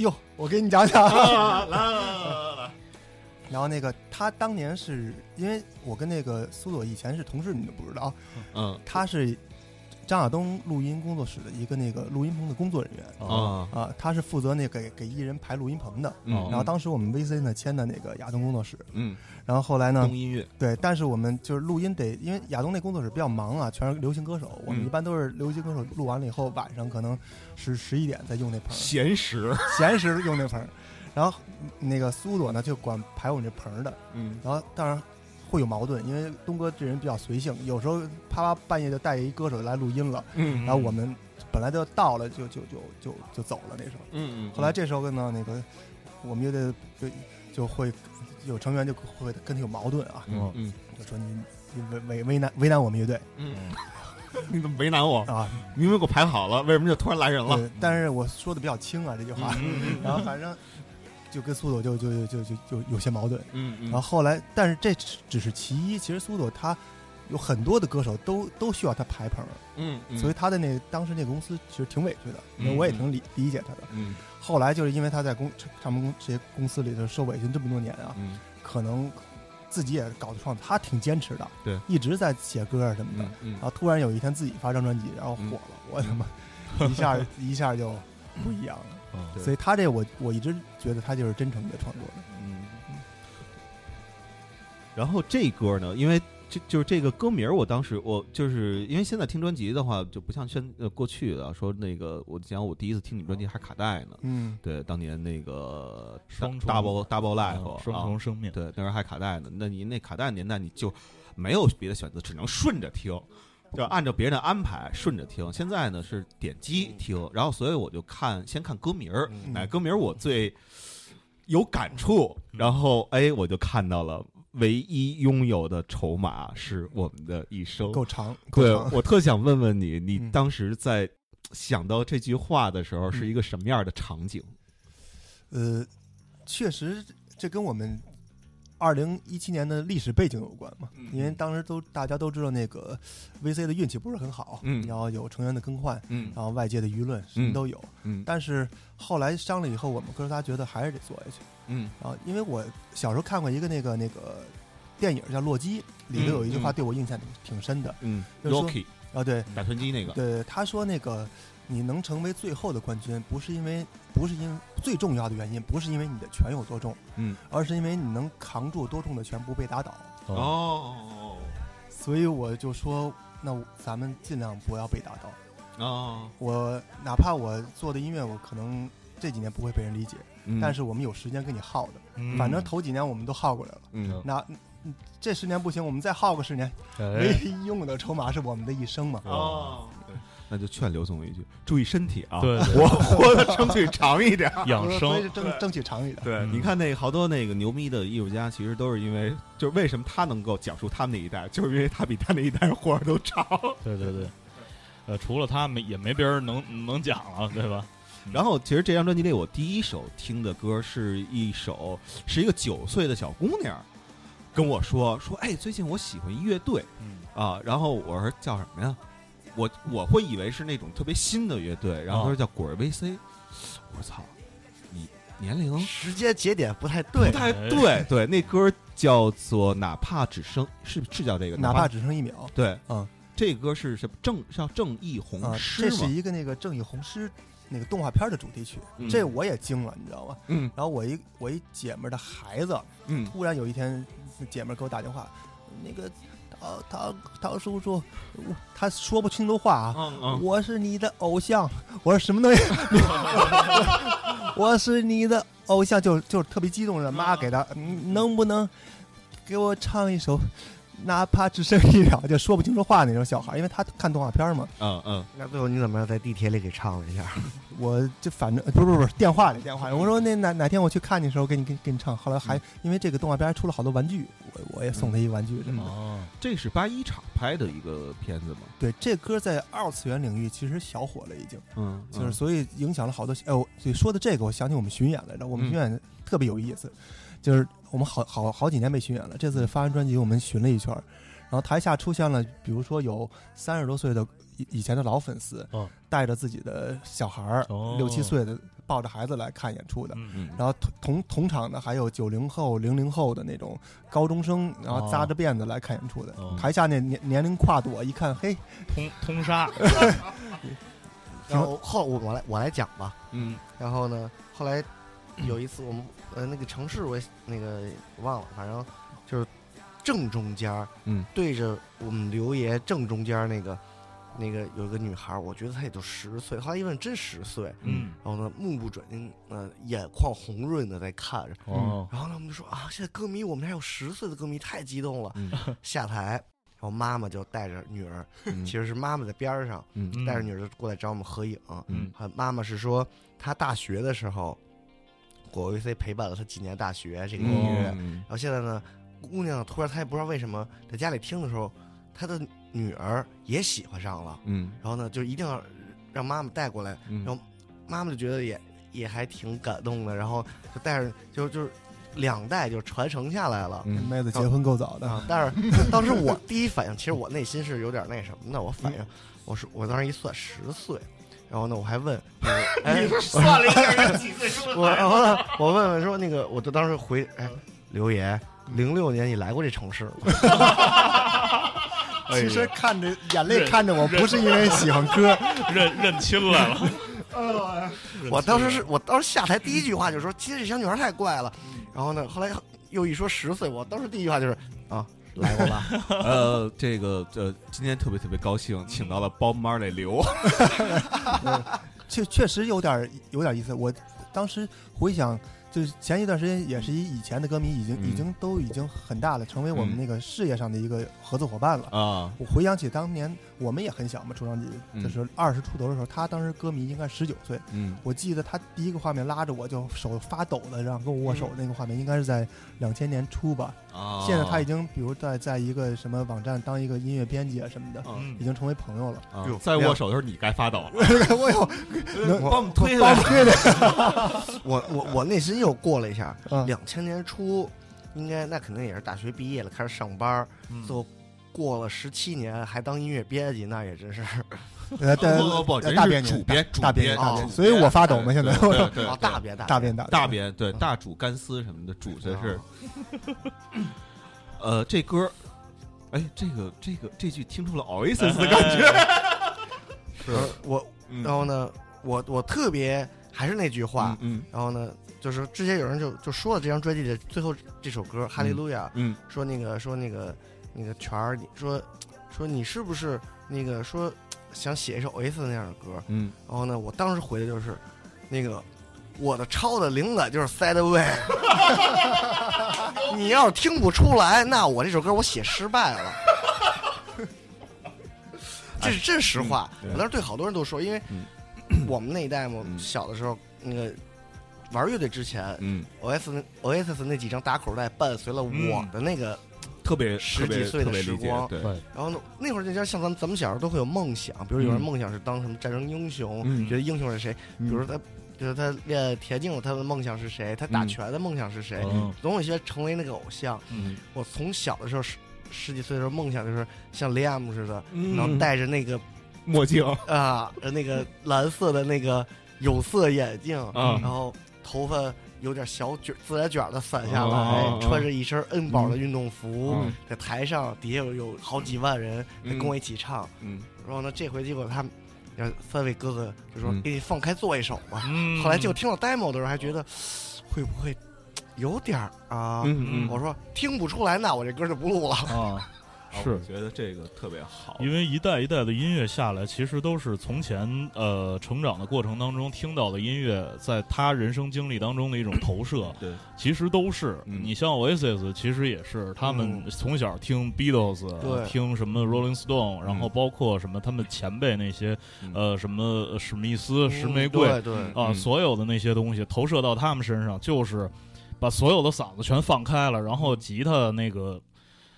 呦，我给你讲讲。
啊
(laughs)
来来来来来，
然后那个他当年是因为我跟那个苏朵以前是同事，你都不知道，
嗯
他是张亚东录音工作室的一个那个录音棚的工作人员
哦
啊，
啊，他是负责那个给给艺人排录音棚的。
哦
嗯
然后当时我们 VC 呢签的那个亚东工作室，
嗯，
然后后来呢
东，音乐
对，但是我们就是录音得，因为亚东那工作室比较忙啊，全是流行歌手，我们
嗯
一般都是流行歌手录完了以后，晚上可能十十一点再用那棚儿，
闲时，
闲时用那盆儿，然后嗯那个苏朵呢就管排我们这盆儿的，
嗯
然后当然会有矛盾，因为东哥这人比较随性，有时候啪啪半夜就带一歌手来录音了，
嗯
然后我们本来就到了，就就就就就走了那时候。
嗯
后来这时候呢，那个我们乐队就就会有成员就会跟他有矛盾啊，
嗯嗯
就说你你为为为难为难我们乐队
嗯， (laughs) 你怎么为难我？
啊，
明明给我排哦好嗯了，为什么就突然来人了？
对，但是我说的比较轻啊这句话，然后反正就跟苏朵就就就就就有些矛盾。
嗯嗯
然后后来，但是这只只是其一，其实苏朵他有很多的歌手都都需要他排棚，
嗯嗯，
所以他的那当时那个公司其实挺委屈的，
嗯
我也挺理理解他的。
嗯
后来就是因为他在公唱片公这些公司里头受委屈这么多年啊，
嗯
可能自己也搞的创作，他挺坚持的，
对，
一直在写歌啊什么的。
嗯嗯
然后突然有一天自己发张专辑，然后火了，我他妈一下
(laughs)
一下就不一样了。
对
所以他这我我一直觉得他就是真诚的创作者，
嗯，然后这歌呢，因为这就是这个歌名儿，我当时我就是因为现在听专辑的话，就不像现呃过去的说那个，我讲我第一次听你们专辑还卡带呢，
嗯，
对，当年那个
双重
大包大包 life
双
啊
重生命，
对，那时候还卡带呢。那你那卡带年代，你就没有别的选择，只能顺着听，就按照别人的安排顺着听。现在呢是点
嗯
击听，然后所以我就看先看歌名儿，
嗯
哎，歌名儿我最有感触，
嗯
然后哎我就看到了。唯一拥有的筹码是我们的一生。
够长，够
对
长
我特想问问你，你
嗯
当时在想到这句话的时候，是一个什么样的场景？
呃，确实，这跟我们二零一七年的历史背景有关嘛，
嗯
因为当时都大家都知道那个 VC 的运气不是很好，
嗯
然后有成员的更换，
嗯
然后外界的舆论什么都有，
嗯
但是后来商了以后，我们哥仨觉得还是得做下去，
嗯
然后因为我小时候看过一个那个那个电影叫《洛基》，里头有一句话
嗯
对我印象挺挺深的，
嗯
就是说
，Rocky
啊，对，
打拳击那个，
对，他说那个你能成为最后的冠军，不是因为不是因最重要的原因，不是因为你的拳有多重，
嗯，
而是因为你能扛住多重的拳不被打倒。
哦
所以我就说，那我咱们尽量不要被打倒。
哦，
我哪怕我做的音乐，我可能这几年不会被人理解，但
是
是我们有时间跟你耗的。
嗯
反正头几年我们都耗过来了，
嗯
那。嗯这十年不行，我们再耗个十年，唯
哎，
一用的筹码是我们的一生嘛。
哦，那就劝刘总一句，注意身体啊，
对，
(laughs) 我活得争取长一点。
养
所以
生
是争争取长一点。
对，
嗯
你看那好多那个牛逼的艺术家，其实都是因为，就是为什么他能够讲述他们那一代，就是因为他比他那一代人活得都长。
对对对，呃，除了他没也没别人能能讲了，对吧？
(laughs) 然后，其实这张专辑里，我第一首听的歌是一首，是一个九岁的小姑娘跟我说说，哎，最近我喜欢一乐队
嗯，
啊，然后我说叫什么呀？我我会以为是那种特别新的乐队，然后他
啊
说叫果儿 VC，我操，你年龄
时间节点不太
不
对，
太
哎
对对，那歌叫做哪怕只剩是是叫这个
哪
怕
怕只剩一秒，
对
嗯，
这歌是什么正叫正义红
啊，
狮
这是
嘛？
一个那个《正义红狮》那个动画片的主题曲，
嗯
这我也惊了，你知道吗？
嗯
然后我一我一姐们儿的孩子，
嗯
突然有一天，姐们儿给我打电话，那个陶陶陶叔叔，我他说不清楚话啊。
嗯嗯
我是你的偶像，我说什么东西？ (laughs) 我是你的偶像，就就是特别激动的妈
啊
给他，嗯能不能给我唱一首，哪怕只剩一秒，就说不清楚话那种小孩儿，因为他看动画片儿嘛。
嗯嗯
那最后你怎么样在地铁里给唱了一下？ (laughs)
我就反正呃不是不是不是电话里电话里，我说那哪哪天我去看你的时候给你给你给你唱，后来
嗯
还因为这个动画片还出了好多玩具，我我也送他一玩具什么的。
哦，
嗯这是八一厂拍的一个片子嘛？
对，这歌在二次元领域其实小火了，已经
嗯，
就是所以影响了好多。哎，我对说的这个，我想起我们巡演来着，我们
嗯
巡演特别有意思，就是我们好好好几年没巡演了，这次发完专辑我们巡了一圈儿，然后台下出现了，比如说有三
嗯
十多岁的以以前的老粉丝
哦，
带着自己的小孩儿
哦
六七岁的抱着孩子来看演出的。
嗯
嗯
然后同同同场的还有九零后、零零后的那种高中生，然后扎着辫子来看演出的。
哦
台下那年年龄跨度，我一看，嘿，
通通杀，
然后后我我来我来讲吧。
嗯
然后呢，后来有一次我们呃那个城市我也那个忘了，反正就是正中间儿，
嗯，
对着我们刘爷正中间儿那个那个有一个女孩儿，我觉得她也就十岁，后来一问真十岁，
嗯，
然后呢目不转睛，呃眼眶红润的在看着，
哦
然后呢我们就说啊，现在歌迷我们还有十岁的歌迷太激动了，
嗯
下台，然后妈妈就带着女儿，
嗯
其实是妈妈在边儿上。
嗯
带着女儿就过来找我们合影。
嗯
啊，妈妈是说她大学的时候，果 VC 陪伴了她几年大学这个音乐，然
嗯
后现在呢，姑娘突然她也不知道为什么在家里听的时候，她的女儿也喜欢上了，
嗯
然后呢就一定要让妈妈带过来，
嗯
然后妈妈就觉得也也还挺感动的，然后就带着就就是两代就传承下来了。
嗯
妹子结婚够早的，
啊！但是 (laughs) 当时我第一反应，其实我内心是有点那什么的。我
嗯
反应，我说我当时一算十岁，然后呢，我
(laughs)
还问，我说哎，
算了一下人几岁生
(laughs) 我
的孩
然后呢，我问问说那个，我就当时回，哎，刘爷，零六年你来过这城市吗？
哎
嗯
其实看着眼泪
忍
看着我，不是因为喜欢歌， (laughs)
哎认认亲来了。
我当时是我当时下台第一句话就
嗯
说，今天这小女孩太怪了。然后呢，后来又一说十岁，我当时第一句话就是啊， (laughs) 来过吧。
(laughs) 呃，这个呃，今天特别特别高兴，请到了 Bob Marley 刘，
确确实有点有点意思。我当时回想，就是前一段时间也是以以前的歌迷，已经、
嗯
已经都已经很大了，成为我们
嗯
那个事业上的一个合作伙伴了。
(laughs) 啊，
我回想起当年我们也很小嘛，出张
嗯
几就是二十出头的时候，他当时歌迷应该十九岁。
嗯
我记得他第一个画面拉着我就手发抖的，然后跟我握
嗯
手那个画面，应该是在两千年初吧。
啊，
现在他已经比如在在一个什么网站当一个音乐编辑啊什么的，
嗯
已经成为朋友了。
啊
哟
在握手的时候你该发抖了，
(laughs)
呃
我有能
帮我们推
帮
来
我推的，
我我我内心又过了一下，
嗯
两千年初，应该那肯定也是大学毕业了，开始上班儿，
嗯
最后过了十七年还当音乐编辑，那也真是
呃，对
不不不，
呃
人
大
是
编辑
主编主
大编
大
主
编
所以我发抖嘛现在
对对对
啊，大别大
大
别啊
编大
大编对大主干丝什么的，主的
嗯
是，呃，这歌儿，哎，这个这个这句听出
(laughs)
了 Oasis
哎
的感觉，是
呃我，
嗯
然后呢，我我特别还是那句话，
嗯
然后呢，就是之前有人就就说了这张专辑的最后这首歌《哈利路亚》，
嗯
说那个说那个那个权儿，你说说你是不是那个说想写一首 o a s 那样的歌？
嗯
然后呢，我当时回的就是，那个我的抄的灵感就是
(laughs)
Sad Way。你要是听不出来，那我这首歌我写失败了。这是这是实话，
嗯对
我当时对好多人都说，因为
嗯
我们那一代嘛，
嗯
小的时候那个玩乐队之前
嗯，
，OS Oasis 那几张打口袋伴随了我的那个
特别
十
特别
几岁的
特别
时
理解
光
对，
然后呢，那会儿就像像咱们咱们小时候都会有梦想，比如有人
嗯
梦想是当什么战争英雄，
嗯
觉得英雄是谁，
嗯
比如他，比如他练田径，他的梦想是谁，他打
嗯
拳的梦想是谁，
嗯
总有一些成为那个偶像。
嗯
我从小的时候十十几岁的时候，梦想就是像 Liam 似的，
嗯
然后戴着那个
墨镜
啊、呃那个蓝色的那个有色眼镜，
啊
然后头发。有点小卷，自来卷的散下
哦
来，
哦哦
穿着一身 N 宝的运动服，
嗯
在台上底下有有好几万人在跟我一起唱，
嗯
然后呢，这回结果他们，然后三位哥哥就说
嗯
给你放开做一首吧。
嗯，
后来就听到 demo 的时候，还觉得会不会有点儿啊？
嗯
我说听不出来，那我这歌就不录了。
啊，
我 (laughs)
是。
觉得这个特别好，
因为一代一代的音乐下来，其实都是从前呃成长的过程当中听到的音乐，在他人生经历当中的一种投射。
对，
其实都是。
嗯
你像 Oasis，其实也是他们
嗯
从小听 Beatles，、
对嗯
听什么 Rolling Stone，然后包括什么他们前辈那些、
嗯
呃什么史密斯、
哦
石玫
嗯
瑰
对对，
啊、
嗯
所有的那些东西投射到他们身上，就是把所有的嗓子全放开了，然后吉他那个。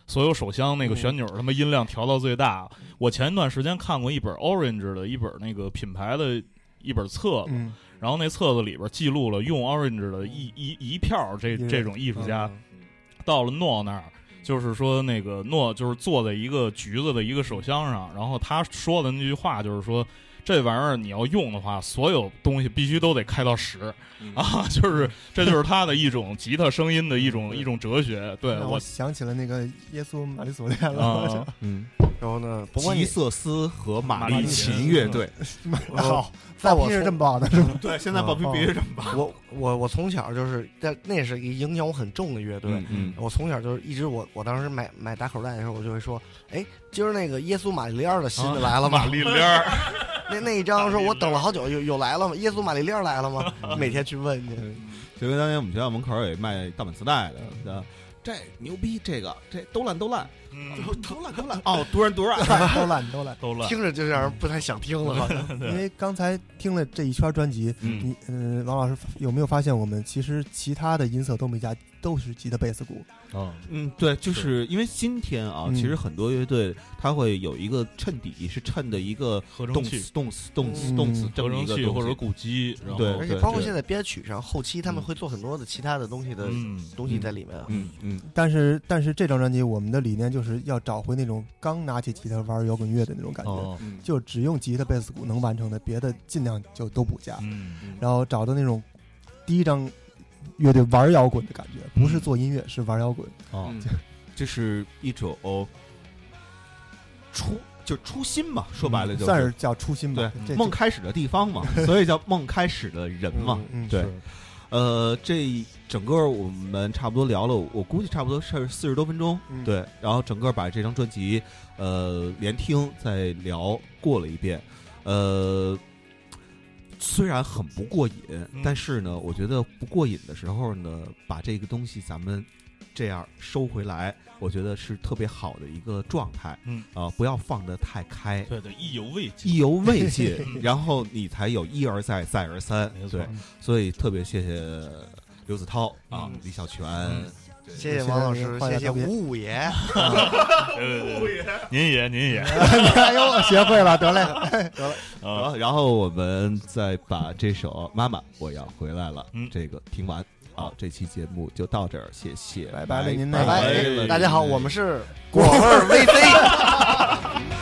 所有手箱
嗯
那个旋钮，他妈音量调到最大。我前一段时间看过一本 Orange 的一本那个品牌的一本册子，
嗯，
然后那册子里边记录了用 Orange 的一
嗯
一一票这
嗯
这种艺术家，
嗯
到了诺那儿，就是说那个诺就是坐在一个橘子的一个手箱上，然后他说的那句话就是说，这玩意儿你要用的话，所有东西必须都得开到十、
嗯
啊， (laughs) 就是这就是他的一种吉他声音的一
嗯
种一种哲学。对
让
我
想起了那个耶稣玛丽锁链了
啊，，
嗯，
然后呢，不过
吉
你
瑟斯和玛丽
丽
琴
琴
乐队，
(laughs)
嗯
好，
在
报
我
批是
从
这么报的，是吧？
(laughs) 对，现在
报批
必须
这么办，
我我我从小就是，但那是一影响我很重的乐队。
对，嗯，
我从小就是一直我我当时买买打口袋的时候，我就会说，哎，今儿那个耶稣玛丽莲儿的新
嗯
的来了吗？
玛丽莲
(laughs)
儿，
那那一张说我等了好久，有有来了吗？耶稣玛丽莲儿来了吗？每天去问去。
嗯就跟当年我们学校门口也卖盗版磁带的，啊这牛逼，这个这都烂都烂，都都烂都烂，哦，多然多然， (laughs)
都烂都烂，
嗯都
(laughs)
烂。
听着就让人不太想听了，好像。
嗯
因为刚才听了这一圈专辑，
嗯
你嗯，王老师有没有发现我们其实其他的音色都没加，都是吉他贝斯鼓，
嗯
嗯，对，就是因为今天啊，
嗯
其实很多乐队它会有一个衬底，是衬的一个
合成
动
器
词、动词、动词、
嗯
动词这
合
么
成
一个
器
东
或者
西
鼓机，然后
对
而且包括
对
现在编曲上，后期他们会做很多的其他的东西的
嗯
东西在里面啊。
嗯嗯，
但是但是这张专辑我们的理念就是要找回那种刚拿起吉他玩摇滚乐的那种感觉，
哦
嗯
就只用吉他贝斯鼓能完成的，别的尽量就都不加，
嗯
然后找到那种第一张乐队玩摇滚的感觉，不是
嗯
做音乐，是玩摇滚。
哦
嗯这是一种初就初心嘛，说白了就
嗯算是叫初心吧
对，
这
梦开始的地方嘛，所以叫梦开始的人嘛。
嗯，
对，呃，这整个我们差不多聊了，我估计差不多是四十多分钟，
嗯
对。然后整个把这张专辑，呃，连听再聊过了一遍，呃，虽然很不过瘾，但是呢，我觉得不过瘾的时候呢，把这个东西咱们这样收回来，我觉得是特别好的一个状态，
嗯
啊、不要放得太开，
对对，意犹未尽。
意犹未尽，然后你才有一而再，再而三
没，错
对，所以特别谢谢刘子涛啊
嗯，
李小泉，
谢谢王老师，
欢迎
谢谢
大家
五五爷。
对呃对对对，您也您也
(laughs) 哎呦，学会了，得嘞。
然
啊，
后然后我们再把这首《妈妈我要回来了》
嗯
这个听完，好，这期节目就到这儿，谢谢，
拜拜了您
拜
拜
嗯
拜，大家好，我们是
果味 VC。
妈妈，